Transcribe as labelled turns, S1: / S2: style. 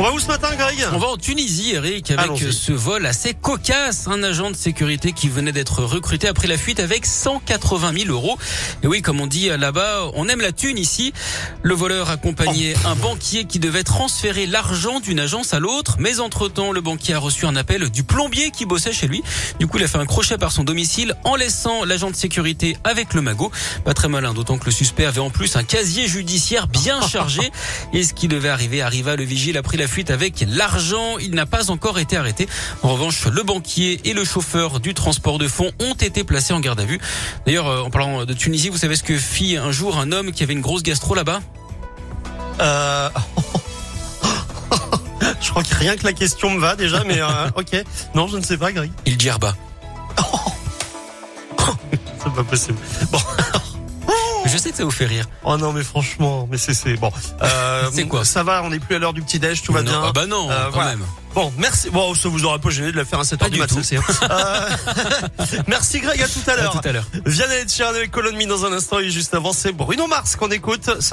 S1: On va où ce matin, Greg
S2: On va en Tunisie, Eric, avec euh,
S1: Allons-y.
S2: ce vol assez cocasse. Un agent de sécurité qui venait d'être recruté après la fuite avec 180 000 euros. Et oui, comme on dit euh, là-bas, on aime la thune ici. Le voleur accompagnait un banquier qui devait transférer l'argent d'une agence à l'autre. Mais entre-temps, le banquier a reçu un appel du plombier qui bossait chez lui. Du coup, il a fait un crochet par son domicile en laissant l'agent de sécurité avec le magot. Pas très malin, d'autant que le suspect avait en plus un casier judiciaire bien chargé. Et ce qui devait arriver arriva. Le vigile a pris la fuite avec l'argent. Il n'a pas encore été arrêté. En revanche, le banquier et le chauffeur du transport de fonds ont été placés en garde à vue. D'ailleurs, euh, en parlant de Tunisie, vous savez ce que fit un jour un homme qui avait une grosse gastro là-bas
S1: Euh, Je crois que rien que la question me va déjà, mais euh, ok. Non, je ne sais pas, Greg.
S2: Il ah bah, gerba.
S1: C'est pas possible. Bon.
S2: Je sais que ça vous fait rire.
S1: Oh non, mais franchement, mais c'est c'est bon. Euh,
S2: C'est quoi
S1: Ça va, on n'est plus à l'heure du petit déj, tout va
S2: Non,
S1: bien.
S2: Ah bah non,
S1: Euh,
S2: quand
S1: voilà.
S2: même.
S1: Bon, merci. Bon, ça vous aura pas gêné de la faire à 7h
S2: Pas
S1: du,
S2: du
S1: matin. Euh,
S2: tout.
S1: merci Greg, à tout à
S2: À
S1: l'heure.
S2: tout à l'heure.
S1: Viens d'aller te chercher avec Colonne Me dans un instant et juste avant c'est Bruno Mars qu'on écoute.